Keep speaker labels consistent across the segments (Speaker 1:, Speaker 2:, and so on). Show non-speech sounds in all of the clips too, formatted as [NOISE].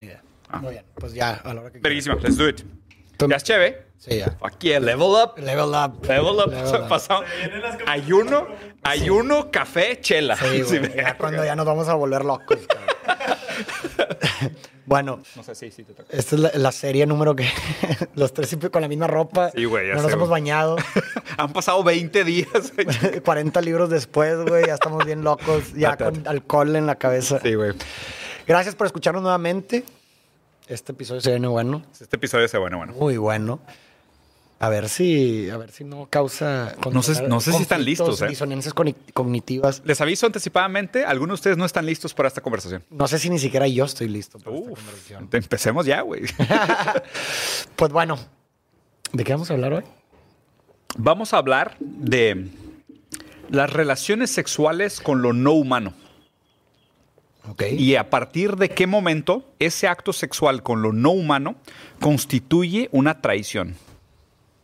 Speaker 1: idea. Muy bien, pues ya, a la hora que quieras.
Speaker 2: Verguísima, let's do it.
Speaker 1: Tom-
Speaker 2: Ya es chévere.
Speaker 1: Sí, ya.
Speaker 2: Fuck yeah, level up.
Speaker 1: Level up.
Speaker 2: Level up.
Speaker 1: Level up.
Speaker 2: Pasamos. Ayuno, ayuno, café, chela.
Speaker 1: Sí, güey,
Speaker 2: [LAUGHS] Sí,
Speaker 1: ya
Speaker 2: verga.
Speaker 1: cuando ya nos vamos a volver locos. cabrón. [LAUGHS] bueno,
Speaker 2: No sé, sí, sí, te toca.
Speaker 1: esta es la, la serie número que... [LAUGHS] los tres siempre con la misma ropa.
Speaker 2: Sí, güey, ya
Speaker 1: No
Speaker 2: sé,
Speaker 1: nos hemos
Speaker 2: güey.
Speaker 1: bañado.
Speaker 2: [LAUGHS]
Speaker 1: [LAUGHS]
Speaker 2: Han pasado 20 días. güey.
Speaker 1: 40 libros después, güey, ya estamos bien locos. Ya con alcohol en la cabeza.
Speaker 2: Sí, güey.
Speaker 1: Gracias por escucharnos nuevamente. Este episodio se viene bueno.
Speaker 2: Este episodio se bueno, bueno.
Speaker 1: Muy bueno. A ver si, a ver si no causa.
Speaker 2: No sé- no sé si están
Speaker 1: conflictos,
Speaker 2: listos, ¿eh?
Speaker 1: Disonancias cogni- cognitivas.
Speaker 2: Les aviso anticipadamente, algunos de ustedes no están listos para esta conversación.
Speaker 1: No sé si ni siquiera yo estoy listo para esta
Speaker 2: Uf,
Speaker 1: conversación.
Speaker 2: empecemos ya, güey. [LAUGHS]
Speaker 1: Pues bueno, ¿de qué vamos a hablar hoy?
Speaker 2: Vamos a hablar de las relaciones sexuales con lo no humano.
Speaker 1: Ok.
Speaker 2: y a partir de qué momento ese acto sexual con lo no humano constituye una traición.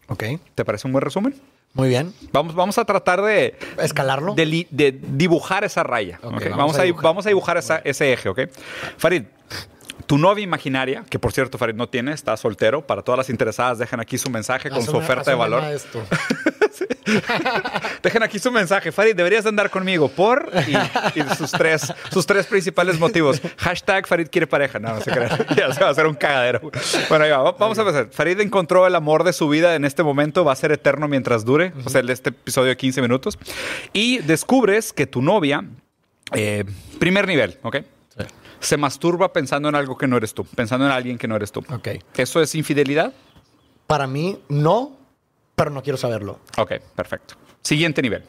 Speaker 1: Ok.
Speaker 2: ¿Te parece un buen resumen?
Speaker 1: Muy bien.
Speaker 2: Vamos, vamos a tratar de,
Speaker 1: Escalarlo.
Speaker 2: de li- de dibujar esa raya.
Speaker 1: Ok,
Speaker 2: ¿ok?
Speaker 1: vamos
Speaker 2: Vamos,
Speaker 1: a
Speaker 2: a,
Speaker 1: dibujar.
Speaker 2: vamos a dibujar esa- ese eje, ¿ok? Farid, tu novia imaginaria, que por cierto Farid no tiene, está soltero, para todas las interesadas dejen aquí su mensaje con
Speaker 1: Haz
Speaker 2: su
Speaker 1: una- haz
Speaker 2: oferta de
Speaker 1: una
Speaker 2: valor.
Speaker 1: de esto.
Speaker 2: Dejen aquí su mensaje. Farid, deberías de andar conmigo por y, y sus tres sus tres principales motivos. Hashtag Farid quiere pareja. No, no se crean. [LAUGHS] Ya se va a hacer un cagadero. Bueno, ahí va. Va- vamos a empezar. Farid encontró el amor de su vida en este momento. Va a ser eterno mientras dure. O sea, el de este episodio de 15 minutos. Y descubres que tu novia, eh, primer nivel, ¿ok? Se masturba pensando en algo que no eres tú, pensando en alguien que no eres tú.
Speaker 1: Ok.
Speaker 2: ¿Eso es infidelidad?
Speaker 1: Para mí, no, pero no quiero saberlo.
Speaker 2: Ok, perfecto. Siguiente nivel.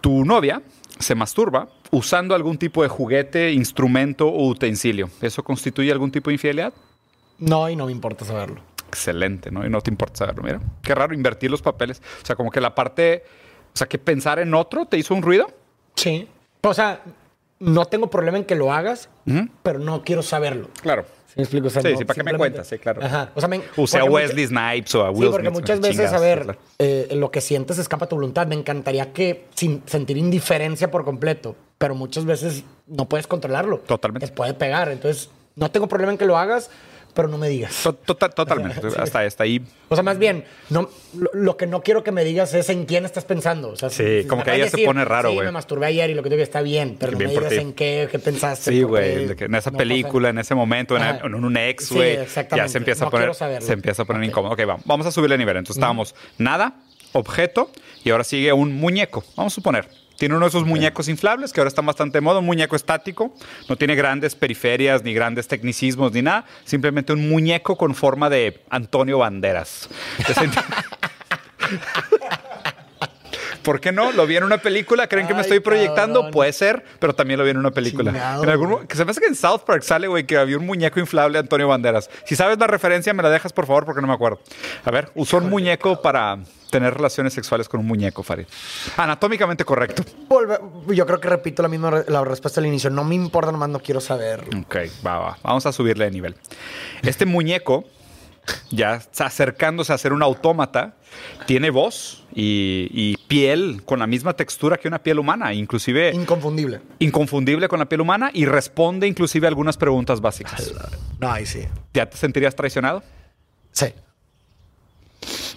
Speaker 2: Tu novia se masturba usando algún tipo de juguete, instrumento o utensilio. ¿Eso constituye algún tipo de infidelidad?
Speaker 1: No, y no me importa saberlo.
Speaker 2: Excelente, ¿no? Y no te importa saberlo, mira. Qué raro invertir los papeles. O sea, como que la parte... O sea, que pensar en otro te hizo un ruido.
Speaker 1: Sí. O sea, no tengo problema en que lo hagas,
Speaker 2: Ujú.
Speaker 1: pero no quiero saberlo.
Speaker 2: Claro.
Speaker 1: ¿Sí me explico? O sea,
Speaker 2: Sí,
Speaker 1: no,
Speaker 2: sí, ¿para qué me
Speaker 1: simplemente-
Speaker 2: cuentas? Sí, claro.
Speaker 1: Ajá. O sea, me,
Speaker 2: Usé a
Speaker 1: porque
Speaker 2: Wesley Snipes o a
Speaker 1: mucha-
Speaker 2: Will
Speaker 1: Sí, porque
Speaker 2: Smith,
Speaker 1: muchas
Speaker 2: me
Speaker 1: veces,
Speaker 2: chingas,
Speaker 1: a ver,
Speaker 2: sí, claro.
Speaker 1: eh, lo que sientes escapa a tu voluntad. Me encantaría que sin sentir indiferencia por completo, pero muchas veces no puedes controlarlo.
Speaker 2: Totalmente.
Speaker 1: Te puede pegar. Entonces, no tengo problema en que lo hagas, pero no me digas.
Speaker 2: To-
Speaker 1: [LAUGHS]
Speaker 2: total- Totalmente. Hasta, hasta ahí.
Speaker 1: O sea, más bien, no, lo, lo que no quiero que me digas es en quién estás pensando. O sea,
Speaker 2: Sí, como
Speaker 1: me
Speaker 2: que
Speaker 1: vas a
Speaker 2: ella se pone raro,
Speaker 1: Sí,
Speaker 2: güey".
Speaker 1: me masturbé ayer y lo que digo está bien, pero no
Speaker 2: Bien
Speaker 1: me
Speaker 2: por
Speaker 1: digas
Speaker 2: ti.
Speaker 1: en qué, qué pensaste.
Speaker 2: Sí,
Speaker 1: por
Speaker 2: güey,
Speaker 1: qué
Speaker 2: de que en esa
Speaker 1: no pasa-
Speaker 2: película, en ese momento, en,
Speaker 1: Ajá.
Speaker 2: en un ex,
Speaker 1: Sí,
Speaker 2: güey, ya
Speaker 1: exactamente.
Speaker 2: se empieza
Speaker 1: No
Speaker 2: a poner,
Speaker 1: quiero saberlo.
Speaker 2: se empieza a poner
Speaker 1: Ok.
Speaker 2: incómodo. Ok, vamos, vamos a subir el nivel. Entonces estábamos nada, objeto y ahora sigue un muñeco. Vamos a suponer. Tiene uno de esos muñecos inflables que ahora están bastante de moda, un muñeco estático. No tiene grandes periferias, ni grandes tecnicismos, ni nada. Simplemente un muñeco con forma de Antonio Banderas. Te
Speaker 1: [LAUGHS]
Speaker 2: sent- ¿Por qué no? Lo vi en una película, creen que me
Speaker 1: Ay,
Speaker 2: estoy proyectando,
Speaker 1: cabrón.
Speaker 2: puede ser, pero también lo vi en una película.
Speaker 1: Chingado,
Speaker 2: en algún,
Speaker 1: güey.
Speaker 2: mo- que se me hace que en South Park sale, güey, que había un muñeco inflable de Antonio Banderas. Si sabes la referencia, me la dejas, por favor, porque no me acuerdo. A ver, usó un muñeco para tener relaciones sexuales con un muñeco, Farid. Anatómicamente correcto.
Speaker 1: Volve- yo creo que repito la misma re- la respuesta al inicio. No me importa, nomás no quiero saber.
Speaker 2: Ok, va, va. Vamos a subirle de nivel. Este muñeco, ya está acercándose a ser un autómata, tiene voz y, y piel con la misma textura que una piel humana, inclusive...
Speaker 1: Inconfundible.
Speaker 2: inconfundible con la piel humana y responde inclusive algunas preguntas básicas.
Speaker 1: No, ahí sí.
Speaker 2: ¿Ya te sentirías traicionado?
Speaker 1: Sí.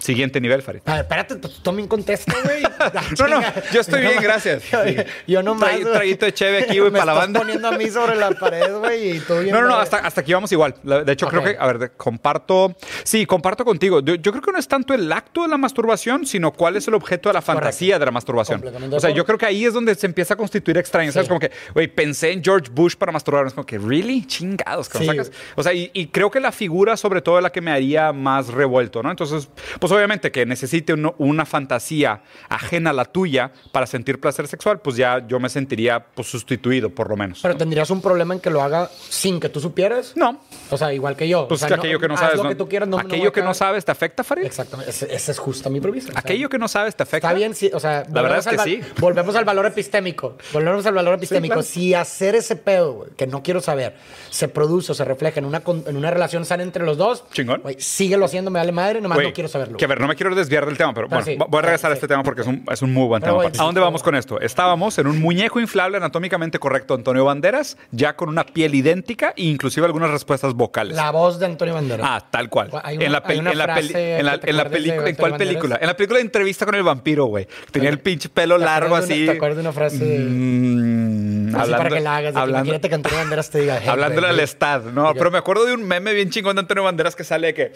Speaker 2: Siguiente nivel, Farid.
Speaker 1: A ver, espérate, tú tú también contesta, güey.
Speaker 2: [LAUGHS] No, no, yo estoy bien, gracias.
Speaker 1: [LAUGHS] Yo, yo no
Speaker 2: Traí- traguito de cheve aquí, güey,
Speaker 1: Me
Speaker 2: pa' la
Speaker 1: estás
Speaker 2: banda.
Speaker 1: poniendo a mí sobre la pared, güey, y tú bien.
Speaker 2: No, no, no,
Speaker 1: madre.
Speaker 2: hasta, hasta aquí vamos igual. La- De hecho,
Speaker 1: Ok.
Speaker 2: creo que, a ver, de- comparto. Sí, comparto contigo. Yo, yo creo que no es tanto el acto de la masturbación, sino cuál es el objeto de la fantasía de la masturbación.
Speaker 1: Completamente de
Speaker 2: O sea,
Speaker 1: acuerdo.
Speaker 2: yo creo que ahí es donde se empieza a constituir extraño. ¿Sabes?
Speaker 1: Sí.
Speaker 2: Como que, güey, pensé en George Bush para masturbarme. Es como que, ¿really? Chingados, que
Speaker 1: Sí.
Speaker 2: sacas. O sea, y, y creo que la figura, sobre todo, es la que me haría más revuelto, ¿no? Entonces, pues obviamente que necesite uno- una fantasía ajena a la tuya para sentir placer sexual, pues ya yo me sentiría pues, sustituido, por lo menos.
Speaker 1: Pero tendrías un problema en que lo haga sin que tú supieras.
Speaker 2: No,
Speaker 1: O sea, igual que yo.
Speaker 2: Pues
Speaker 1: O sea,
Speaker 2: aquello que no
Speaker 1: haz
Speaker 2: sabes.
Speaker 1: lo
Speaker 2: ¿no?
Speaker 1: que tú quieras, no no
Speaker 2: aquello
Speaker 1: voy a
Speaker 2: que no
Speaker 1: cagar.
Speaker 2: sabes te afecta, Farid.
Speaker 1: Exactamente. Ese, ese es justo mi premisa. O sea,
Speaker 2: Aquello que no sabes te afecta.
Speaker 1: Está bien, sí, o sea,
Speaker 2: La verdad
Speaker 1: volvemos
Speaker 2: es que
Speaker 1: al val-
Speaker 2: sí.
Speaker 1: Volvemos al valor epistémico. Volvemos al valor epistémico.
Speaker 2: claro.
Speaker 1: Si hacer ese pedo, güey, que no quiero saber, se produce o se refleja en una, con- en una relación sana entre los dos,
Speaker 2: Chingón.
Speaker 1: güey, síguelo haciendo, me vale madre, nomás
Speaker 2: Güey,
Speaker 1: no quiero saberlo.
Speaker 2: Que a ver, no me quiero desviar del tema, pero
Speaker 1: Pero
Speaker 2: bueno,
Speaker 1: sí.
Speaker 2: va- voy a regresar a
Speaker 1: Sí.
Speaker 2: este tema porque es un, es un muy buen
Speaker 1: Pero
Speaker 2: tema.
Speaker 1: bueno,
Speaker 2: Pat. ¿A
Speaker 1: sí,
Speaker 2: dónde
Speaker 1: todo.
Speaker 2: vamos con esto? Estábamos en un muñeco inflable anatómicamente correcto, Antonio Banderas, ya con una piel idéntica e inclusive algunas respuestas vocales.
Speaker 1: La voz de Antonio Banderas.
Speaker 2: Ah, tal cual.
Speaker 1: Hay una-
Speaker 2: en la,
Speaker 1: hay
Speaker 2: peli-
Speaker 1: una
Speaker 2: en la peli-
Speaker 1: frase
Speaker 2: en la-
Speaker 1: que te
Speaker 2: en
Speaker 1: acuerdes
Speaker 2: la
Speaker 1: de
Speaker 2: película. ¿En
Speaker 1: Antonio
Speaker 2: cuál
Speaker 1: Banderas.
Speaker 2: película? En la película de entrevista con el vampiro, güey. Tenía el pinche pelo
Speaker 1: ¿Te acuerdas
Speaker 2: largo
Speaker 1: de una-
Speaker 2: así.
Speaker 1: ¿Te acuerdas de una frase?
Speaker 2: Mm,
Speaker 1: Así para que la hagas. De
Speaker 2: hablando-
Speaker 1: que imagínate que Antonio Banderas te diga. "Hey,
Speaker 2: Hablándole
Speaker 1: güey,
Speaker 2: al Estad, ¿no?
Speaker 1: Diga.
Speaker 2: Pero me acuerdo de un meme bien chingón de Antonio Banderas que sale que.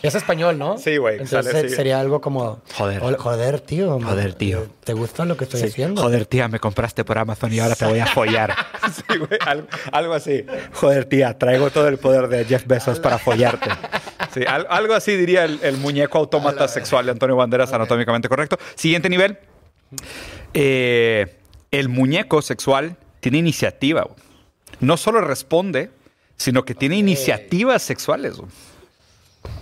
Speaker 1: Es español, ¿no?
Speaker 2: Sí, güey,
Speaker 1: Entonces
Speaker 2: sale así.
Speaker 1: se- sería algo como.
Speaker 2: Joder.
Speaker 1: "Hola, Joder, tío. eh,
Speaker 2: Joder, tío.
Speaker 1: ¿Te gusta lo que estoy
Speaker 2: Sí,
Speaker 1: haciendo?
Speaker 2: Joder, tía, me compraste por Amazon y ahora te voy a follar. [LAUGHS] Sí, güey, al- algo, así. Joder, tía, traigo todo el poder de Jeff Bezos para follarte. Sí, al- algo así diría el, el muñeco
Speaker 1: eh.
Speaker 2: autómata sexual de Antonio Banderas, anatómicamente correcto. Siguiente nivel. Eh, el muñeco sexual tiene iniciativa. güey. No solo responde, sino que tiene iniciativas sexuales. güey.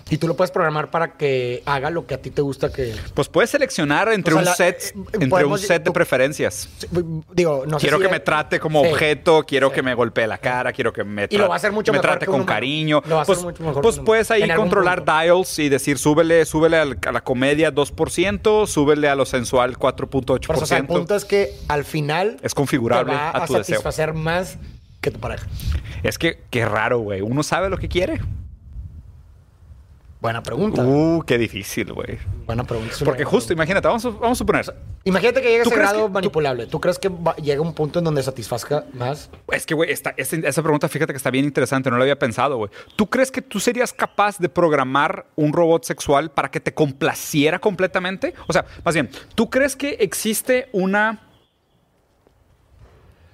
Speaker 1: Y tú lo puedes programar para que haga lo que a ti te gusta que.
Speaker 2: Pues puedes seleccionar entre,
Speaker 1: O sea,
Speaker 2: un,
Speaker 1: la-
Speaker 2: set,
Speaker 1: eh,
Speaker 2: entre un
Speaker 1: podemos-
Speaker 2: set de
Speaker 1: tú-
Speaker 2: preferencias.
Speaker 1: Sí, Digo, no sé
Speaker 2: quiero
Speaker 1: si-
Speaker 2: que me trate como
Speaker 1: Sí.
Speaker 2: objeto, quiero que me golpee la cara, quiero que me,
Speaker 1: Y lo va a hacer mucho
Speaker 2: me
Speaker 1: mejor
Speaker 2: trate
Speaker 1: que un
Speaker 2: con
Speaker 1: humano.
Speaker 2: cariño.
Speaker 1: Lo va a hacer
Speaker 2: pues,
Speaker 1: mucho mejor
Speaker 2: pues
Speaker 1: que un humano.
Speaker 2: puedes ahí
Speaker 1: En algún
Speaker 2: controlar
Speaker 1: punto.
Speaker 2: dials y decir, súbele, súbele al- a la comedia 2%, súbele a lo
Speaker 1: Por
Speaker 2: sensual
Speaker 1: eso, o sea, el
Speaker 2: 4.8%.
Speaker 1: punto es que al final.
Speaker 2: Es configurable
Speaker 1: te va
Speaker 2: a
Speaker 1: a,
Speaker 2: tu deseo.
Speaker 1: satisfacer más que tu pareja.
Speaker 2: Es que qué raro, güey. Uno sabe lo que quiere.
Speaker 1: Buena pregunta.
Speaker 2: Uh, qué difícil, güey.
Speaker 1: Buena pregunta. es una
Speaker 2: Porque
Speaker 1: buena
Speaker 2: justo,
Speaker 1: pregunta.
Speaker 2: imagínate, vamos a, vamos a suponer.
Speaker 1: Imagínate que llega
Speaker 2: ¿Tú
Speaker 1: ese
Speaker 2: crees
Speaker 1: grado
Speaker 2: que- tú-
Speaker 1: manipulable. ¿Tú crees que va- llega un punto en donde satisfazca más?
Speaker 2: Es que, güey, esta- esa esa pregunta, fíjate que está bien interesante, no lo había pensado, güey. ¿Tú crees que tú serías capaz de programar un robot sexual para que te complaciera completamente? O sea, más bien, ¿tú crees que existe una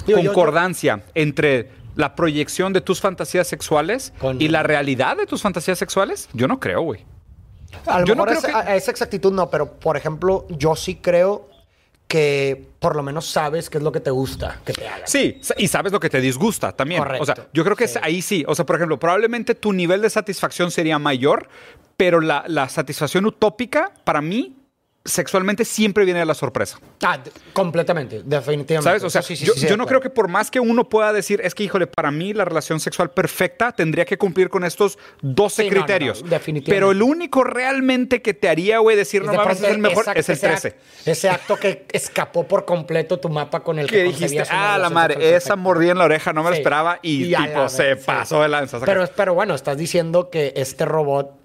Speaker 1: Digo, yo- yo-
Speaker 2: concordancia entre la proyección de tus fantasías sexuales
Speaker 1: Con-
Speaker 2: y la realidad de tus fantasías sexuales? Yo no creo, güey.
Speaker 1: A lo
Speaker 2: Yo no
Speaker 1: mejor
Speaker 2: creo
Speaker 1: esa-
Speaker 2: que-
Speaker 1: a- a esa exactitud no, pero por ejemplo, yo sí creo que por lo menos sabes qué es lo que te gusta que te hagan.
Speaker 2: Sí, sa- y sabes lo que te disgusta también.
Speaker 1: Correcto.
Speaker 2: O sea, yo creo que es- ahí sí. O sea, por ejemplo, probablemente tu nivel de satisfacción sería mayor, pero la, la satisfacción utópica, para mí, sexualmente siempre viene de la sorpresa.
Speaker 1: Ah, d- completamente, definitivamente.
Speaker 2: ¿Sabes? O sea,
Speaker 1: Eso sí, sí,
Speaker 2: yo,
Speaker 1: sí, sí,
Speaker 2: yo
Speaker 1: de
Speaker 2: no
Speaker 1: acuerdo.
Speaker 2: creo que por más que uno pueda decir, es que, híjole, para mí la relación sexual perfecta tendría que cumplir con estos 12
Speaker 1: Sí, no, no, no,
Speaker 2: criterios.
Speaker 1: definitivamente.
Speaker 2: Pero el único realmente que te haría, güey, decir,
Speaker 1: Es
Speaker 2: no
Speaker 1: de
Speaker 2: mames, es
Speaker 1: pronto
Speaker 2: el mejor,
Speaker 1: esa-
Speaker 2: es el
Speaker 1: ese
Speaker 2: 13.
Speaker 1: act- Ese acto que escapó por completo tu mapa con el que
Speaker 2: que dijiste,
Speaker 1: concebías una
Speaker 2: ah, la
Speaker 1: relación sexual
Speaker 2: madre, esa
Speaker 1: perfecta.
Speaker 2: mordida en la oreja, no me la
Speaker 1: Sí.
Speaker 2: esperaba y,
Speaker 1: a
Speaker 2: tipo,
Speaker 1: la
Speaker 2: se
Speaker 1: vez, sí.
Speaker 2: pasó de lanza. sacas.
Speaker 1: Pero, pero bueno, estás diciendo que este robot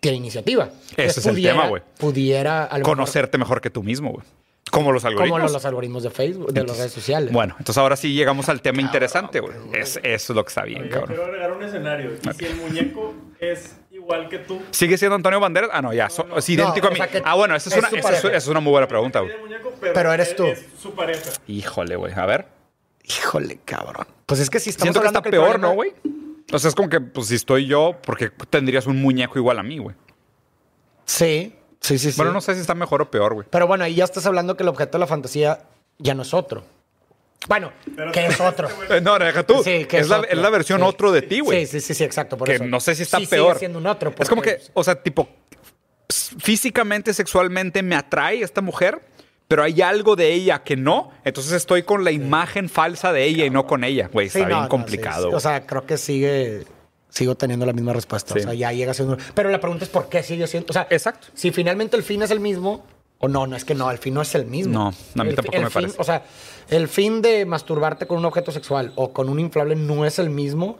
Speaker 1: tiene iniciativa. Entonces,
Speaker 2: es el
Speaker 1: pudiera-
Speaker 2: tema, güey.
Speaker 1: Pudiera a lo mejor,
Speaker 2: conocerte mejor que tú mismo, güey. Como los
Speaker 1: como
Speaker 2: algoritmos.
Speaker 1: los, los algoritmos de Facebook, de las redes sociales.
Speaker 2: Bueno, entonces ahora sí llegamos al tema interesante, güey. Es, eso es lo que está bien,
Speaker 3: Yo quiero
Speaker 2: cabrón.
Speaker 3: agregar un escenario. Y si el muñeco es igual que tú,
Speaker 2: ¿Sigue siendo Antonio Banderas? Ah, no, ya. so- es idéntico
Speaker 1: No, o
Speaker 2: a mí.
Speaker 1: sea que
Speaker 2: ah, bueno, esa es,
Speaker 1: es
Speaker 2: una,
Speaker 1: su
Speaker 2: esa es-
Speaker 1: pareja.
Speaker 2: esa es una muy buena pregunta,
Speaker 3: el
Speaker 2: güey.
Speaker 3: muñeco, pero,
Speaker 1: Pero eres
Speaker 3: él
Speaker 1: tú.
Speaker 3: Es su pareja.
Speaker 2: Híjole, güey. A ver. Híjole, cabrón.
Speaker 1: pues es que si estamos
Speaker 2: Siento que
Speaker 1: hablando
Speaker 2: está
Speaker 1: el
Speaker 2: peor,
Speaker 1: problema-
Speaker 2: ¿no, güey? O sea, es como que, pues, si estoy yo, porque tendrías un muñeco igual a mí, güey.
Speaker 1: Sí, sí, sí, sí.
Speaker 2: Bueno, no sé si está mejor o peor, güey.
Speaker 1: Pero bueno, ahí ya estás hablando que el objeto de la fantasía ya no es otro. Bueno,
Speaker 3: Pero-
Speaker 1: que es otro.
Speaker 2: Eh, No, no, deja tú.
Speaker 1: Sí, que
Speaker 2: es, la,
Speaker 1: otro.
Speaker 2: es la versión
Speaker 1: Sí.
Speaker 2: otro de ti, güey.
Speaker 1: Sí, sí, sí, sí, exacto. Por
Speaker 2: que
Speaker 1: eso.
Speaker 2: no sé si está
Speaker 1: Sí, sigue
Speaker 2: peor.
Speaker 1: siendo un otro.
Speaker 2: es como
Speaker 1: porque-
Speaker 2: que, o sea, tipo, s- físicamente, sexualmente me atrae esta mujer, pero hay algo de ella que no. Entonces estoy con la imagen falsa de ella y no con ella. Güey,
Speaker 1: Sí,
Speaker 2: está
Speaker 1: no,
Speaker 2: bien
Speaker 1: no,
Speaker 2: complicado.
Speaker 1: sí, sí. O sea, creo que sigue. Sigo teniendo la misma respuesta.
Speaker 2: Sí.
Speaker 1: O sea, ya llega siendo. Pero la pregunta es por qué sigue siendo. O sea,
Speaker 2: Exacto.
Speaker 1: Si finalmente el fin es el mismo. O no, no es que no, el fin no es el mismo.
Speaker 2: No, a
Speaker 1: El
Speaker 2: mí
Speaker 1: fi-
Speaker 2: tampoco
Speaker 1: el
Speaker 2: me
Speaker 1: fin-
Speaker 2: parece.
Speaker 1: O sea, el fin de masturbarte con un objeto sexual o con un inflable no es el mismo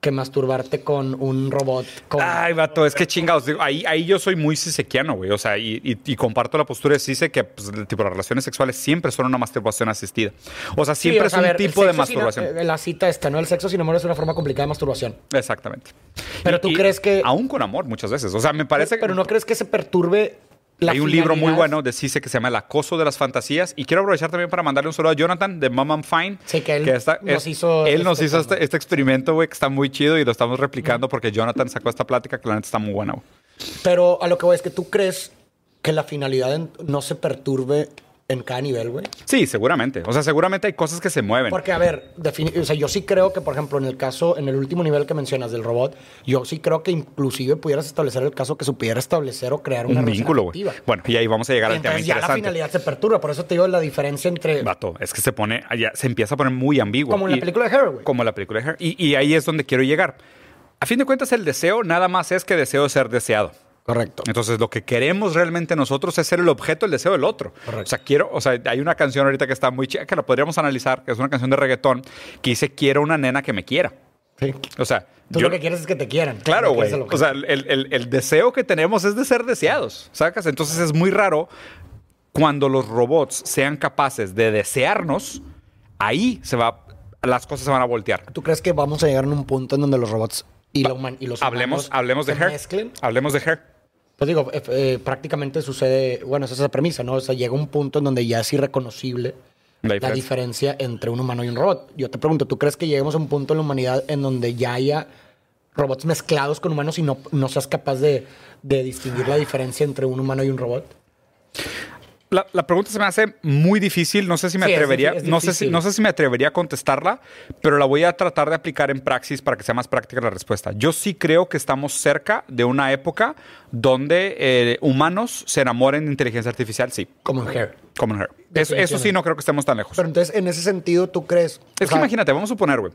Speaker 1: que masturbarte con un robot. Con...
Speaker 2: Ay, vato, es que chingados. digo, ahí, ahí yo soy muy sisequiano, güey. O sea, y, y- y comparto la postura de Sise que pues, el tipo, las relaciones sexuales siempre son una masturbación asistida. O sea,
Speaker 1: Sí,
Speaker 2: siempre
Speaker 1: o sea,
Speaker 2: es un
Speaker 1: a ver, el
Speaker 2: tipo de
Speaker 1: sexo sin-
Speaker 2: masturbación.
Speaker 1: eh, la cita esta, ¿no? El sexo sin amor es una forma complicada de masturbación.
Speaker 2: Exactamente.
Speaker 1: Pero tú crees que-
Speaker 2: Aún con amor, muchas veces. O sea, me parece que.
Speaker 1: Pero no crees que se perturbe la
Speaker 2: Hay un libro muy
Speaker 1: finalidad?
Speaker 2: bueno de Cise que se llama El acoso de las fantasías. Y quiero aprovechar también para mandarle un saludo a Jonathan de Mom and Fine.
Speaker 1: Sí, que él nos
Speaker 2: es-
Speaker 1: hizo
Speaker 2: Él nos
Speaker 1: este
Speaker 2: hizo este,
Speaker 1: tema. Mm.
Speaker 2: este experimento, güey, que está muy chido y lo estamos replicando porque Jonathan sacó esta plática que la neta está muy buena, güey.
Speaker 1: Pero a lo que voy es que tú crees que la finalidad en- no se perturbe en cada nivel, güey.
Speaker 2: Sí, seguramente. O sea, seguramente hay cosas que se mueven.
Speaker 1: Porque, a ver, defini- o sea, yo sí creo que, por ejemplo, en el caso, en el último nivel que mencionas del robot, yo sí creo que inclusive pudieras establecer el caso que supiera establecer o crear una
Speaker 2: un
Speaker 1: relación
Speaker 2: vínculo, güey.
Speaker 1: afectiva.
Speaker 2: Bueno, y ahí vamos a llegar al tema
Speaker 1: Entonces ya la
Speaker 2: interesante.
Speaker 1: finalidad se perturba. Por eso te digo la diferencia entre...
Speaker 2: Vato, es que se pone, allá, se empieza a poner muy ambiguo.
Speaker 1: Como en la
Speaker 2: Y-
Speaker 1: película de Her, güey.
Speaker 2: Como la película de Her. Y, y ahí es donde quiero llegar. A fin de cuentas, el deseo nada más es que deseo ser deseado.
Speaker 1: Correcto.
Speaker 2: Entonces, lo que queremos realmente nosotros es ser el objeto del deseo del otro.
Speaker 1: Correcto.
Speaker 2: O sea, quiero, o sea, hay una canción ahorita que está muy chica, que la podríamos analizar, que es una canción de reggaetón, que dice, quiero una nena que me quiera.
Speaker 1: Sí.
Speaker 2: O sea,
Speaker 1: Tú
Speaker 2: yo-
Speaker 1: lo que quieres es que te quieran.
Speaker 2: Claro,
Speaker 1: No
Speaker 2: güey.
Speaker 1: quieres el objeto.
Speaker 2: O sea, el, el- el deseo que tenemos es de ser deseados, ¿sacas? Entonces es muy raro cuando los robots sean capaces de desearnos, ahí se va, las cosas se van a voltear.
Speaker 1: ¿Tú crees que vamos a llegar a un punto en donde los robots y, la human- y los
Speaker 2: Hablemos,
Speaker 1: humanos
Speaker 2: hablemos de
Speaker 1: se
Speaker 2: Her.
Speaker 1: mezclen?
Speaker 2: Hablemos de Her.
Speaker 1: Pues digo, eh, eh, prácticamente sucede, bueno, esa es la premisa, ¿no? O sea, llega un punto en donde ya es irreconocible
Speaker 2: La
Speaker 1: la
Speaker 2: diferencia.
Speaker 1: diferencia. entre un humano y un robot. Yo te pregunto, ¿tú crees que lleguemos a un punto en la humanidad en donde ya haya robots mezclados con humanos y no, no seas capaz de, de distinguir la diferencia entre un humano y un robot?
Speaker 2: La, la pregunta se me hace muy difícil, no sé si me
Speaker 1: Sí, es
Speaker 2: atrevería,
Speaker 1: difí- es
Speaker 2: no sé si,
Speaker 1: difícil.
Speaker 2: no sé si me atrevería a contestarla, pero la voy a tratar de aplicar en praxis para que sea más práctica la respuesta. Yo sí creo que estamos cerca de una época donde eh, humanos se enamoren de inteligencia artificial, sí.
Speaker 1: Como en Her.
Speaker 2: Common Hair. Eso, eso sí,
Speaker 1: Definitivamente.
Speaker 2: no creo que estemos tan lejos.
Speaker 1: Pero entonces, en ese sentido, ¿tú crees?
Speaker 2: es
Speaker 1: o
Speaker 2: que
Speaker 1: sea,
Speaker 2: imagínate, vamos a suponer, güey.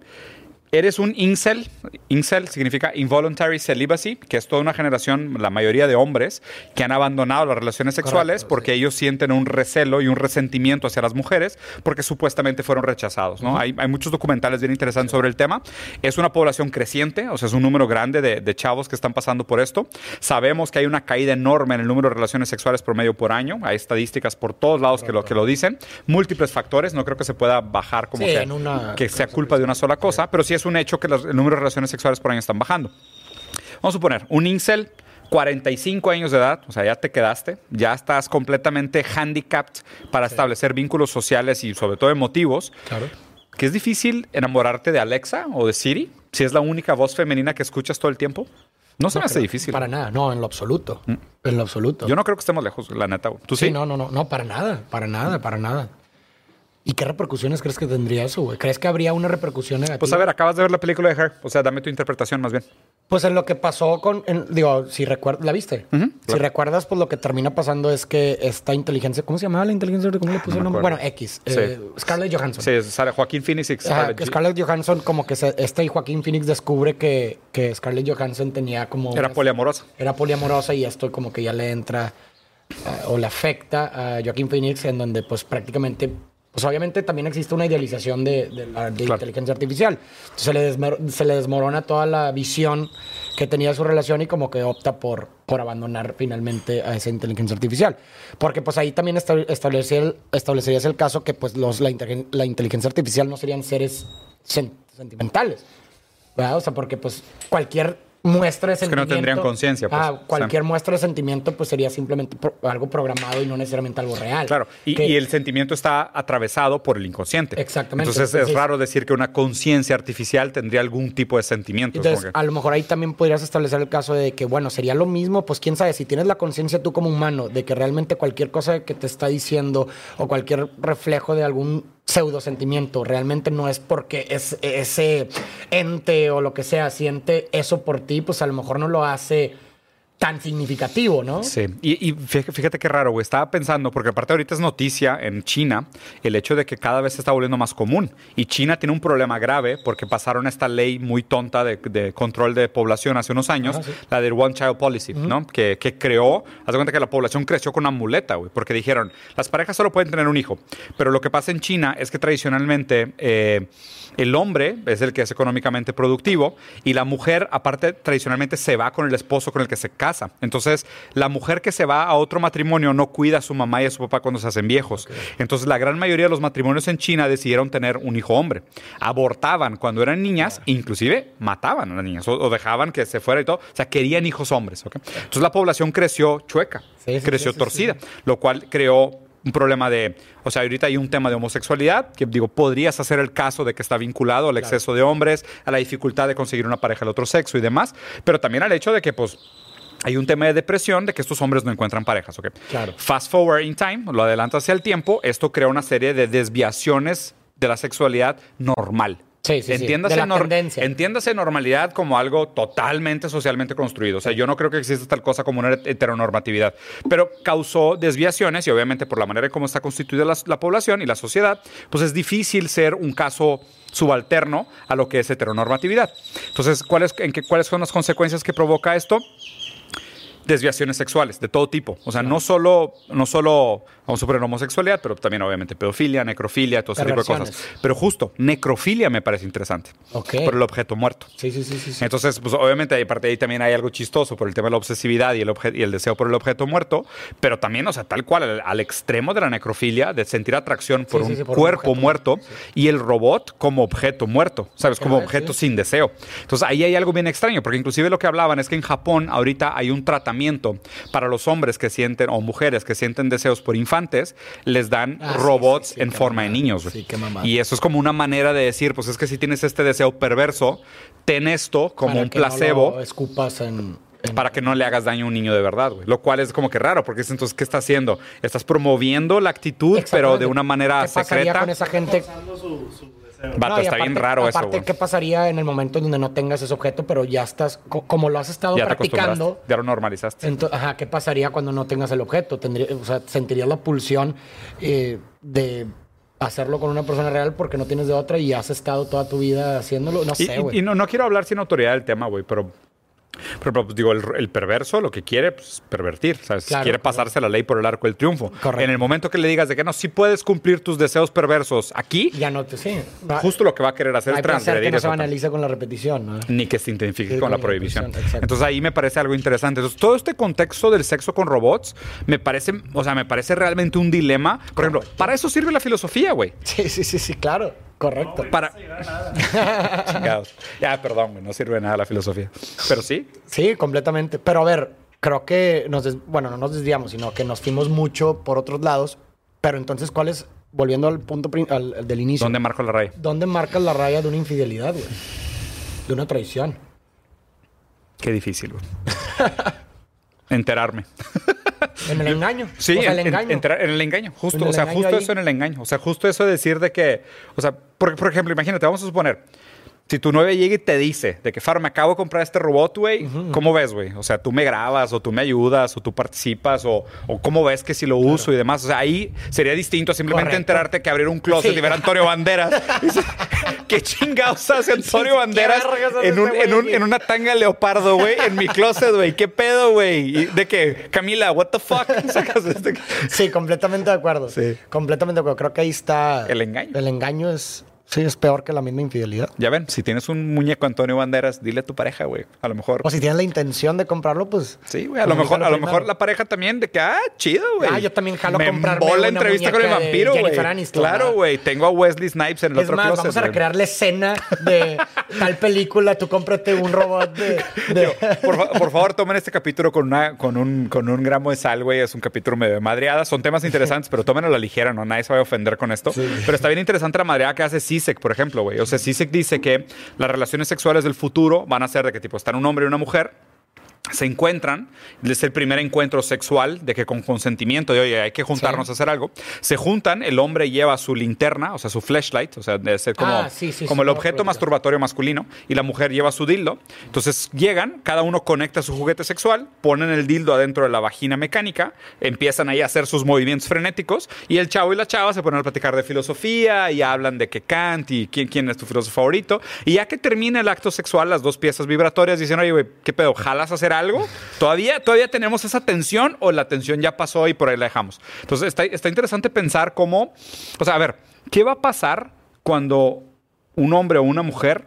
Speaker 2: Eres un incel. Incel significa involuntary celibacy, que es toda una generación, la mayoría de hombres, que han abandonado las relaciones sexuales
Speaker 1: Correcto,
Speaker 2: porque ellos sienten un recelo y un resentimiento hacia las mujeres porque supuestamente fueron rechazados, ¿no? hay, hay muchos documentales bien interesantes sobre el tema. Es una población creciente, o sea, es un número grande de, de chavos que están pasando por esto. Sabemos que hay una caída enorme en el número de relaciones sexuales promedio por año. Hay estadísticas por todos lados que lo, que lo dicen. Múltiples factores, no creo que se pueda bajar como
Speaker 1: Sí,
Speaker 2: que,
Speaker 1: en una-
Speaker 2: que sea culpa de una sola cosa, pero sí es un hecho que los- el número de relaciones sexuales por año están bajando. Vamos a suponer, un incel, 45 años de edad, o sea, ya te quedaste, ya estás completamente handicapped para establecer vínculos sociales y sobre todo emotivos,
Speaker 1: Claro.
Speaker 2: que es difícil enamorarte de Alexa o de Siri, si es la única voz femenina que escuchas todo el tiempo. No se me hace
Speaker 1: creo-
Speaker 2: Ah, difícil. Mm.
Speaker 1: Para nada, no, en lo absoluto. En lo absoluto.
Speaker 2: Yo no creo que estemos lejos, la neta. güey. ¿Tú sí?
Speaker 1: Sí, no, no, no, no, para nada, para nada, para nada. ¿Y qué repercusiones crees que tendría eso, güey? ¿Crees que habría una repercusión negativa?
Speaker 2: Pues a ver, acabas de ver la película de Her, o sea, dame tu interpretación más bien.
Speaker 1: Pues en lo que pasó con, en- digo, si recuerdas, ¿la viste? Si
Speaker 2: claro.
Speaker 1: recuerdas, pues lo que termina pasando es que esta inteligencia, ¿cómo se llamaba la inteligencia? ¿Cómo le puso
Speaker 2: me
Speaker 1: el nombre?
Speaker 2: acuerdo.
Speaker 1: Bueno, X, eh, Scarlett Johansson.
Speaker 2: Sí, sale Joaquín Phoenix y
Speaker 1: Ajá,
Speaker 2: Scarlett
Speaker 1: que
Speaker 2: G-
Speaker 1: Scarlett Johansson, como que se- este y Joaquín Phoenix descubre que, que Scarlett Johansson tenía como...
Speaker 2: Era
Speaker 1: unas-
Speaker 2: poliamorosa.
Speaker 1: Era poliamorosa y esto como que ya le entra ah, o le afecta a Joaquín Phoenix en donde pues prácticamente... Pues obviamente también existe una idealización de, de la de
Speaker 2: Claro.
Speaker 1: inteligencia artificial. Entonces, se, le desmer- se le desmorona toda la visión que tenía de su relación y como que opta por, por abandonar finalmente a esa inteligencia artificial. Porque pues ahí también esta- establecer el- establecerías el caso que pues los, la, inteligen- la inteligencia artificial no serían seres sen- sentimentales. ¿verdad? O sea, porque pues cualquier muestra de
Speaker 2: que no
Speaker 1: sentimiento...
Speaker 2: tendrían conciencia, pues.
Speaker 1: Ah, cualquier muestra de sentimiento pues sería simplemente pro- algo programado y no necesariamente algo real.
Speaker 2: Claro, y,
Speaker 1: Que-
Speaker 2: y el sentimiento está atravesado por el inconsciente.
Speaker 1: Exactamente.
Speaker 2: Entonces, es
Speaker 1: Entonces-
Speaker 2: raro decir que una conciencia artificial tendría algún tipo de sentimiento. Es pues, como
Speaker 1: Entonces,
Speaker 2: que-
Speaker 1: a lo mejor ahí también podrías establecer el caso de que, bueno, sería lo mismo, pues quién sabe, si tienes la conciencia tú como humano de que realmente cualquier cosa que te está diciendo o cualquier reflejo de algún pseudo sentimiento realmente no es porque es ese ente o lo que sea siente eso por ti, pues a lo mejor no lo hace tan significativo, ¿no?
Speaker 2: Sí, y, y fíjate fíjate qué raro, güey. Estaba pensando, porque aparte ahorita es noticia en China el hecho de que cada vez se está volviendo más común. Y China tiene un problema grave porque pasaron esta ley muy tonta de, de control de población hace unos años, la del One Child Policy, ¿no? Que, que creó, haz de cuenta que la población creció con una muleta, güey, porque dijeron, las parejas solo pueden tener un hijo. Pero lo que pasa en China es que tradicionalmente eh, el hombre es el que es económicamente productivo y la mujer, aparte, tradicionalmente se va con el esposo con el que se casa. Entonces, la mujer que se va a otro matrimonio no cuida a su mamá y a su papá cuando se hacen viejos. Entonces, la gran mayoría de los matrimonios en China decidieron tener un hijo hombre. Abortaban cuando eran niñas, inclusive mataban a las niñas o, o dejaban que se fuera y todo. O sea, querían hijos hombres. ¿ok? Entonces, la población creció chueca,
Speaker 1: Sí, sí,
Speaker 2: creció
Speaker 1: sí, sí,
Speaker 2: torcida, lo cual creó un problema de, o sea, ahorita hay un tema de homosexualidad, que digo, podrías hacer el caso de que está vinculado al exceso de hombres, a la dificultad de conseguir una pareja del otro sexo y demás, pero también al hecho de que, pues, hay un tema de depresión de que estos hombres no encuentran parejas, ¿ok?
Speaker 1: Claro.
Speaker 2: Fast forward in time, lo adelanta hacia el tiempo, esto crea una serie de desviaciones de la sexualidad normal.
Speaker 1: Sí, sí, sí,
Speaker 2: entiéndase,
Speaker 1: de la
Speaker 2: nor-
Speaker 1: tendencia.
Speaker 2: entiéndase normalidad como algo totalmente socialmente construido. O sea, yo no creo que exista tal cosa como una heteronormatividad, pero causó desviaciones y obviamente por la manera en cómo está constituida la, la población y la sociedad, pues es difícil ser un caso subalterno a lo que es heteronormatividad. Entonces, ¿cuáles, en qué, ¿cuáles son las consecuencias que provoca esto? desviaciones sexuales de todo tipo. O sea, no solo, no solo, vamos a poner homosexualidad, pero también obviamente pedofilia, necrofilia, todo ese tipo de cosas.
Speaker 1: Perversiones.
Speaker 2: Pero justo, necrofilia me parece interesante.
Speaker 1: Ok.
Speaker 2: Por el objeto muerto.
Speaker 1: Sí, sí, sí, sí. sí.
Speaker 2: Entonces, pues obviamente, ahí, aparte de ahí también hay algo chistoso por el tema de la obsesividad y el, obje- y el deseo por el objeto muerto, pero también, o sea, tal cual, al, al extremo de la necrofilia, de sentir atracción por
Speaker 1: Sí,
Speaker 2: un
Speaker 1: sí, sí, por un
Speaker 2: cuerpo
Speaker 1: objeto
Speaker 2: muerto y el robot como objeto muerto, ¿sabes? Como
Speaker 1: Ajá,
Speaker 2: objeto
Speaker 1: Ah, sí.
Speaker 2: sin deseo. Entonces, ahí hay algo bien extraño, porque inclusive lo que hablaban es que en Japón ahorita hay un tratamiento para los hombres que sienten, o mujeres que sienten deseos por infantes, les dan
Speaker 1: Ah, sí,
Speaker 2: robots
Speaker 1: sí, sí,
Speaker 2: en
Speaker 1: qué
Speaker 2: forma de
Speaker 1: mamada.
Speaker 2: niños. güey.
Speaker 1: Sí, qué mamada.
Speaker 2: Y eso es como una manera de decir, pues es que si tienes este deseo perverso, ten esto como
Speaker 1: Para
Speaker 2: un
Speaker 1: que no lo
Speaker 2: placebo
Speaker 1: escupas en. en-
Speaker 2: para que no le hagas daño a un niño de verdad, güey. Lo cual es como que raro, porque es entonces, ¿qué está haciendo? Estás promoviendo la actitud, pero
Speaker 1: Exactamente.
Speaker 2: de una manera
Speaker 1: ¿Qué pasaría
Speaker 2: secreta.
Speaker 1: con esa gente?
Speaker 3: Forzando su, su deseo.
Speaker 2: Vato,
Speaker 1: No, y
Speaker 2: está bien
Speaker 1: aparte-
Speaker 2: raro eso,
Speaker 1: Aparte,
Speaker 2: güey.
Speaker 1: ¿qué pasaría en el momento en donde no tengas ese objeto, pero ya estás, co- como lo has estado
Speaker 2: Ya te acostumbraste,
Speaker 1: practicando?
Speaker 2: ya lo normalizaste.
Speaker 1: Ento- ajá, ¿qué pasaría cuando no tengas el objeto? Tendría, o sea, sentirías la pulsión eh, de hacerlo con una persona real porque no tienes de otra y has estado toda tu vida haciéndolo. No
Speaker 2: Y,
Speaker 1: sé,
Speaker 2: y-
Speaker 1: güey.
Speaker 2: y no, no quiero hablar sin autoridad del tema, güey, pero, pero, pero, pues, digo, el, el perverso lo que quiere pues, es pervertir, ¿sabes?
Speaker 1: Claro,
Speaker 2: quiere
Speaker 1: claro.
Speaker 2: pasarse la ley por el arco del triunfo.
Speaker 1: Correcto.
Speaker 2: En el momento que le digas de que no, si puedes cumplir tus deseos perversos aquí,
Speaker 1: Ya no te. Sí. Va-
Speaker 2: justo lo que va a querer hacer
Speaker 1: hay
Speaker 2: es
Speaker 1: Ah, que pensar que
Speaker 2: transgredir
Speaker 1: no se
Speaker 2: eso también.
Speaker 1: banaliza con la repetición, ¿no?
Speaker 2: ni que se identifique
Speaker 1: Sí,
Speaker 2: con la
Speaker 1: con la
Speaker 2: prohibición.
Speaker 1: prohibición, exacto.
Speaker 2: Entonces ahí me parece algo interesante. Entonces todo este contexto del sexo con robots me parece, o sea, me parece realmente un dilema. Por ejemplo, para eso sirve la filosofía,
Speaker 1: [LAUGHS]
Speaker 2: güey.
Speaker 1: [LAUGHS] Sí, sí, sí, sí, claro. Correcto.
Speaker 2: Para
Speaker 3: No llega a nada.
Speaker 2: chingados. Ya, perdón, güey, no sirve de nada la filosofía. Pero sí,
Speaker 1: Sí, completamente. Pero a ver, creo que nos des- bueno, no nos desviamos, sino que nos fuimos mucho por otros lados. Pero entonces, ¿cuál es? Volviendo al punto prin- al- al del inicio.
Speaker 2: ¿dónde marco la raya?
Speaker 1: ¿Dónde marcas la raya de una infidelidad, güey? De una traición.
Speaker 2: Qué difícil,
Speaker 1: [LAUGHS]
Speaker 2: güey. Enterarme.
Speaker 1: En el engaño.
Speaker 2: Sí,
Speaker 1: O sea, el
Speaker 2: en, en-
Speaker 1: engaño.
Speaker 2: entrar en el engaño, justo.
Speaker 1: En el
Speaker 2: o sea,
Speaker 1: engaño
Speaker 2: justo
Speaker 1: ahí.
Speaker 2: eso en el engaño. O sea, justo eso de decir de que, o sea, por, por ejemplo, imagínate, vamos a suponer, si tu novia llega y te dice de que, Faro, me acabo de comprar este robot, güey, ¿cómo ves, güey? O sea, tú me grabas, o tú me ayudas, o tú participas, o, o cómo ves que si lo uso y demás. O sea, ahí sería distinto simplemente
Speaker 1: Correcto.
Speaker 2: enterarte que abrir un closet
Speaker 1: Sí.
Speaker 2: y ver
Speaker 1: [LAUGHS]
Speaker 2: a Antonio Banderas. ¿Qué chingados hace Antonio
Speaker 1: Sí,
Speaker 2: Banderas
Speaker 1: qué vergas hace
Speaker 2: en, un,
Speaker 1: este
Speaker 2: en,
Speaker 1: güey
Speaker 2: un-
Speaker 1: aquí?
Speaker 2: en una tanga leopardo, güey, en mi closet, güey? ¿Qué pedo, güey? Y De que, Camila, what the fuck? [LAUGHS] Sacas este-
Speaker 1: Sí, completamente de acuerdo.
Speaker 2: Sí.
Speaker 1: Completamente de acuerdo. Creo que ahí está.
Speaker 2: El engaño.
Speaker 1: El engaño es. Sí, es peor que la misma infidelidad.
Speaker 2: ya ven, si tienes un muñeco Antonio Banderas, dile a tu pareja, güey. A lo mejor.
Speaker 1: O si tienes la intención de comprarlo, pues.
Speaker 2: Sí, güey. A lo mejor, a lo mejor la pareja también de que, ah, chido, güey.
Speaker 1: Ah, yo también jalo
Speaker 2: Me
Speaker 1: comprarme
Speaker 2: embola
Speaker 1: una
Speaker 2: entrevista con el
Speaker 1: muñeca de
Speaker 2: vampiro, güey.
Speaker 1: Jennifer Aniston,
Speaker 2: Claro,
Speaker 1: ¿verdad?
Speaker 2: güey. Tengo a Wesley Snipes en el
Speaker 1: Es
Speaker 2: otro
Speaker 1: más,
Speaker 2: closet.
Speaker 1: vamos a
Speaker 2: güey.
Speaker 1: recrear la escena de
Speaker 2: [LAUGHS]
Speaker 1: tal película. Tú cómprate un robot de. de-
Speaker 2: Digo, por, fa- por favor, tomen este capítulo con, una, con, un, con un gramo de sal, güey. Es un capítulo medio de madreada. Son temas interesantes, pero tómenlo a la ligera, ¿no? Nadie se va a ofender con esto. Pero está bien interesante la madreada que hace Sisek, por ejemplo, güey. O sea, Sisek dice que las relaciones sexuales del futuro van a ser de que, tipo, están un hombre y una mujer se encuentran, es el primer encuentro sexual de que con consentimiento de oye, hay que juntarnos
Speaker 1: Sí.
Speaker 2: a hacer algo. Se juntan, el hombre lleva su linterna, o sea, su flashlight, o sea, debe ser como,
Speaker 1: Ah, sí, sí, sí,
Speaker 2: como el
Speaker 1: no,
Speaker 2: objeto
Speaker 1: pero-
Speaker 2: masturbatorio masculino, y la mujer lleva su dildo. Entonces llegan, cada uno conecta su juguete sexual, ponen el dildo adentro de la vagina mecánica, empiezan ahí a hacer sus movimientos frenéticos, y el chavo y la chava se ponen a platicar de filosofía y hablan de que Kant y quién, quién es tu filósofo favorito. Y ya que termina el acto sexual, las dos piezas vibratorias dicen, oye, güey, ¿qué pedo? ¿Jalas a hacer algo? ¿Todavía, ¿Todavía tenemos esa tensión o la tensión ya pasó y por ahí la dejamos? Entonces está, está interesante pensar cómo, o sea, a ver, ¿qué va a pasar cuando un hombre o una mujer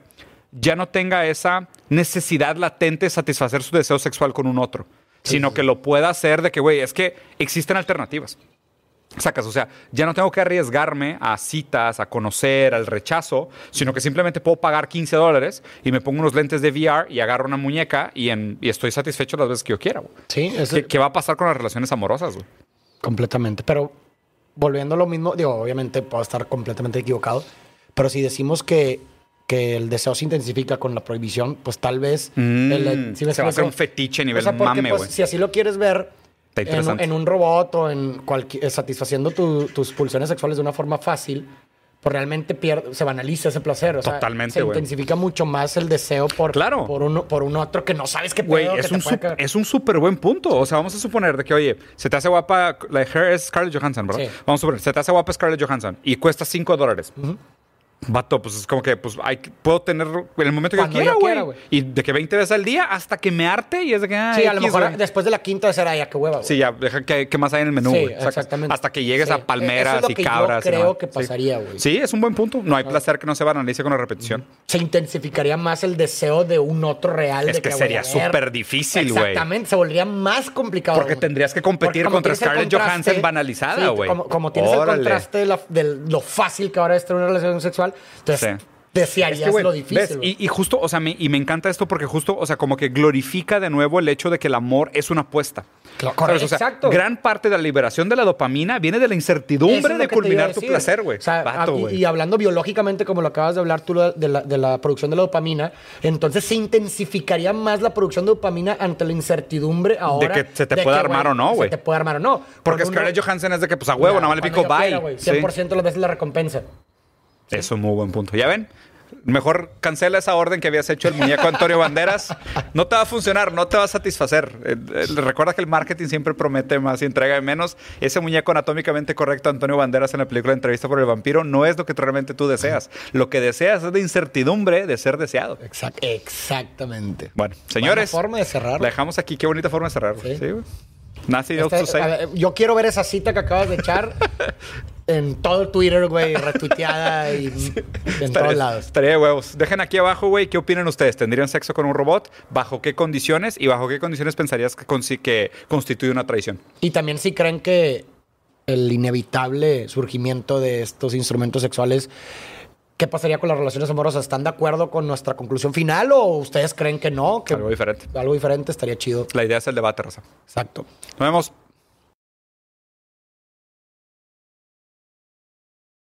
Speaker 2: ya no tenga esa necesidad latente de satisfacer su deseo sexual con un otro, sino que lo pueda hacer de que, güey, es que existen alternativas. Sacas, o sea, ya no tengo que arriesgarme a citas, a conocer, al rechazo, sino que simplemente puedo pagar 15 dólares y me pongo unos lentes de VR y agarro una muñeca y, en- y estoy satisfecho las veces que yo quiera. güey.
Speaker 1: [LAUGHS] Sí, es,
Speaker 2: ¿Qué, qué va a pasar con las relaciones amorosas? güey?
Speaker 1: Completamente. Pero volviendo a lo mismo, digo, obviamente puedo estar completamente equivocado, pero si decimos que, que que el deseo se intensifica con la prohibición, pues tal vez...
Speaker 2: Mm,
Speaker 1: el- ¿sí me
Speaker 2: se va a hacer
Speaker 1: explico?
Speaker 2: un fetiche a nivel
Speaker 1: O sea, porque,
Speaker 2: mame,
Speaker 1: pues,
Speaker 2: güey.
Speaker 1: si así lo quieres ver
Speaker 2: Está
Speaker 1: en, un-
Speaker 2: interesante.
Speaker 1: en un robot o en cualquier, eh, satisfaciendo tu- tus pulsiones sexuales de una forma fácil, pues realmente pierde, se banaliza ese placer. O sea,
Speaker 2: Totalmente,
Speaker 1: Se
Speaker 2: güey.
Speaker 1: intensifica mucho más el deseo por,
Speaker 2: Claro.
Speaker 1: por, uno, por un otro que no sabes qué
Speaker 2: Güey,
Speaker 1: pedo, que
Speaker 2: es,
Speaker 1: te
Speaker 2: un
Speaker 1: puede
Speaker 2: sup-
Speaker 1: cagar.
Speaker 2: es un súper buen punto. O sea, vamos a suponer de que, oye, se te hace guapa, la de Hair es Scarlett Johansson, ¿verdad?
Speaker 1: Sí.
Speaker 2: Vamos a suponer, se te hace guapa Scarlett Johansson y cuesta 5 dólares. Vato, pues es como que pues, hay que- puedo tener en el momento que yo
Speaker 1: Cuando yo
Speaker 2: quiera,
Speaker 1: quiera,
Speaker 2: güey.
Speaker 1: güey.
Speaker 2: Y de que 20 veces al día hasta que me arte y es de que, ah,
Speaker 1: Sí, a lo
Speaker 2: X,
Speaker 1: mejor
Speaker 2: güey.
Speaker 1: después de la quinta de ser ay, ya qué hueva. güey.
Speaker 2: Sí, ya, deja que, que más hay en el menú.
Speaker 1: Sí,
Speaker 2: güey, sacas.
Speaker 1: exactamente.
Speaker 2: Hasta que llegues
Speaker 1: Sí. e-,
Speaker 2: a palmeras
Speaker 1: Eso es lo
Speaker 2: y
Speaker 1: que yo
Speaker 2: cabras. y
Speaker 1: creo
Speaker 2: nada.
Speaker 1: que
Speaker 2: Sí.
Speaker 1: pasaría, güey. Ah.
Speaker 2: Sí. es un buen punto. No hay placer que no se banalice con la repetición.
Speaker 1: se intensificaría más el deseo de un otro real.
Speaker 2: Es
Speaker 1: de
Speaker 2: que
Speaker 1: voy
Speaker 2: sería
Speaker 1: a ver.
Speaker 2: súper difícil, güey.
Speaker 1: Exactamente, se volvería más complicado.
Speaker 2: Porque
Speaker 1: güey.
Speaker 2: tendrías que competir
Speaker 1: como
Speaker 2: contra
Speaker 1: tienes el
Speaker 2: Scarlett
Speaker 1: contraste-
Speaker 2: Johansson banalizada, güey.
Speaker 1: como, como tienes
Speaker 2: Órale.
Speaker 1: el contraste de, la- de lo fácil que ahora es tener una relación sexual, entonces
Speaker 2: Sí.
Speaker 1: desearías
Speaker 2: Es que, güey,
Speaker 1: lo
Speaker 2: ves,
Speaker 1: difícil. güey.
Speaker 2: y, y justo, o sea, me, y me encanta esto porque justo, o sea, como que glorifica de nuevo el hecho de que el amor es una apuesta.
Speaker 1: Claro,
Speaker 2: ¿Sabes? O sea,
Speaker 1: exacto.
Speaker 2: gran parte de la liberación de la dopamina viene de la
Speaker 1: Eso es
Speaker 2: incertidumbre
Speaker 1: lo que
Speaker 2: de
Speaker 1: te iba a
Speaker 2: culminar tu
Speaker 1: decir.
Speaker 2: placer, güey.
Speaker 1: O sea,
Speaker 2: Vato,
Speaker 1: y-
Speaker 2: güey.
Speaker 1: y, hablando biológicamente, como lo acabas de hablar tú lo- de la, de la producción de la dopamina, entonces se intensificaría más la producción de dopamina ante la incertidumbre ahora.
Speaker 2: que se te pueda armar o no, güey.
Speaker 1: Se te puede armar o no. Cuando
Speaker 2: Porque
Speaker 1: uno-
Speaker 2: Scarlett Johansson es de que, pues a huevo, nada más le
Speaker 1: cuando
Speaker 2: pico
Speaker 1: yo
Speaker 2: bye.
Speaker 1: quiera, güey,
Speaker 2: Sí.
Speaker 1: 100% las veces la recompensa.
Speaker 2: Eso es muy buen punto. ¿Ya ven? Mejor cancela esa orden que habías hecho el muñeco Antonio Banderas. No te va a funcionar, no te va a satisfacer. Eh, eh, Recuerda que el marketing siempre promete más y entrega de menos. Ese muñeco anatómicamente correcto Antonio Banderas en la película Entrevista por el Vampiro no es lo que tú- realmente tú deseas. Lo que deseas es la incertidumbre de ser deseado.
Speaker 1: exactamente.
Speaker 2: Bueno, señores.
Speaker 1: Buena forma de cerrar.
Speaker 2: La dejamos aquí. Qué bonita forma de cerrar. güey.
Speaker 1: Sí.
Speaker 2: Sí, güey. Nothing else
Speaker 1: Este,
Speaker 2: to say.
Speaker 1: a ver, yo quiero ver esa cita que acabas de
Speaker 2: [LAUGHS]
Speaker 1: echar en todo Twitter, güey, retuiteada y en todos lados.
Speaker 2: Estaría de huevos. Dejen aquí abajo, güey, qué opinan ustedes. ¿Tendrían sexo con un robot? ¿Bajo qué condiciones? ¿Y bajo qué condiciones pensarías que, consi- que constituye una traición?
Speaker 1: Y también si creen que el inevitable surgimiento de estos instrumentos sexuales, ¿qué pasaría con las relaciones amorosas? ¿Están de acuerdo con nuestra conclusión final o ustedes creen que no? Que
Speaker 2: Algo diferente.
Speaker 1: Algo diferente estaría chido.
Speaker 2: La idea es el debate, raza.
Speaker 1: Exacto.
Speaker 2: Nos vemos.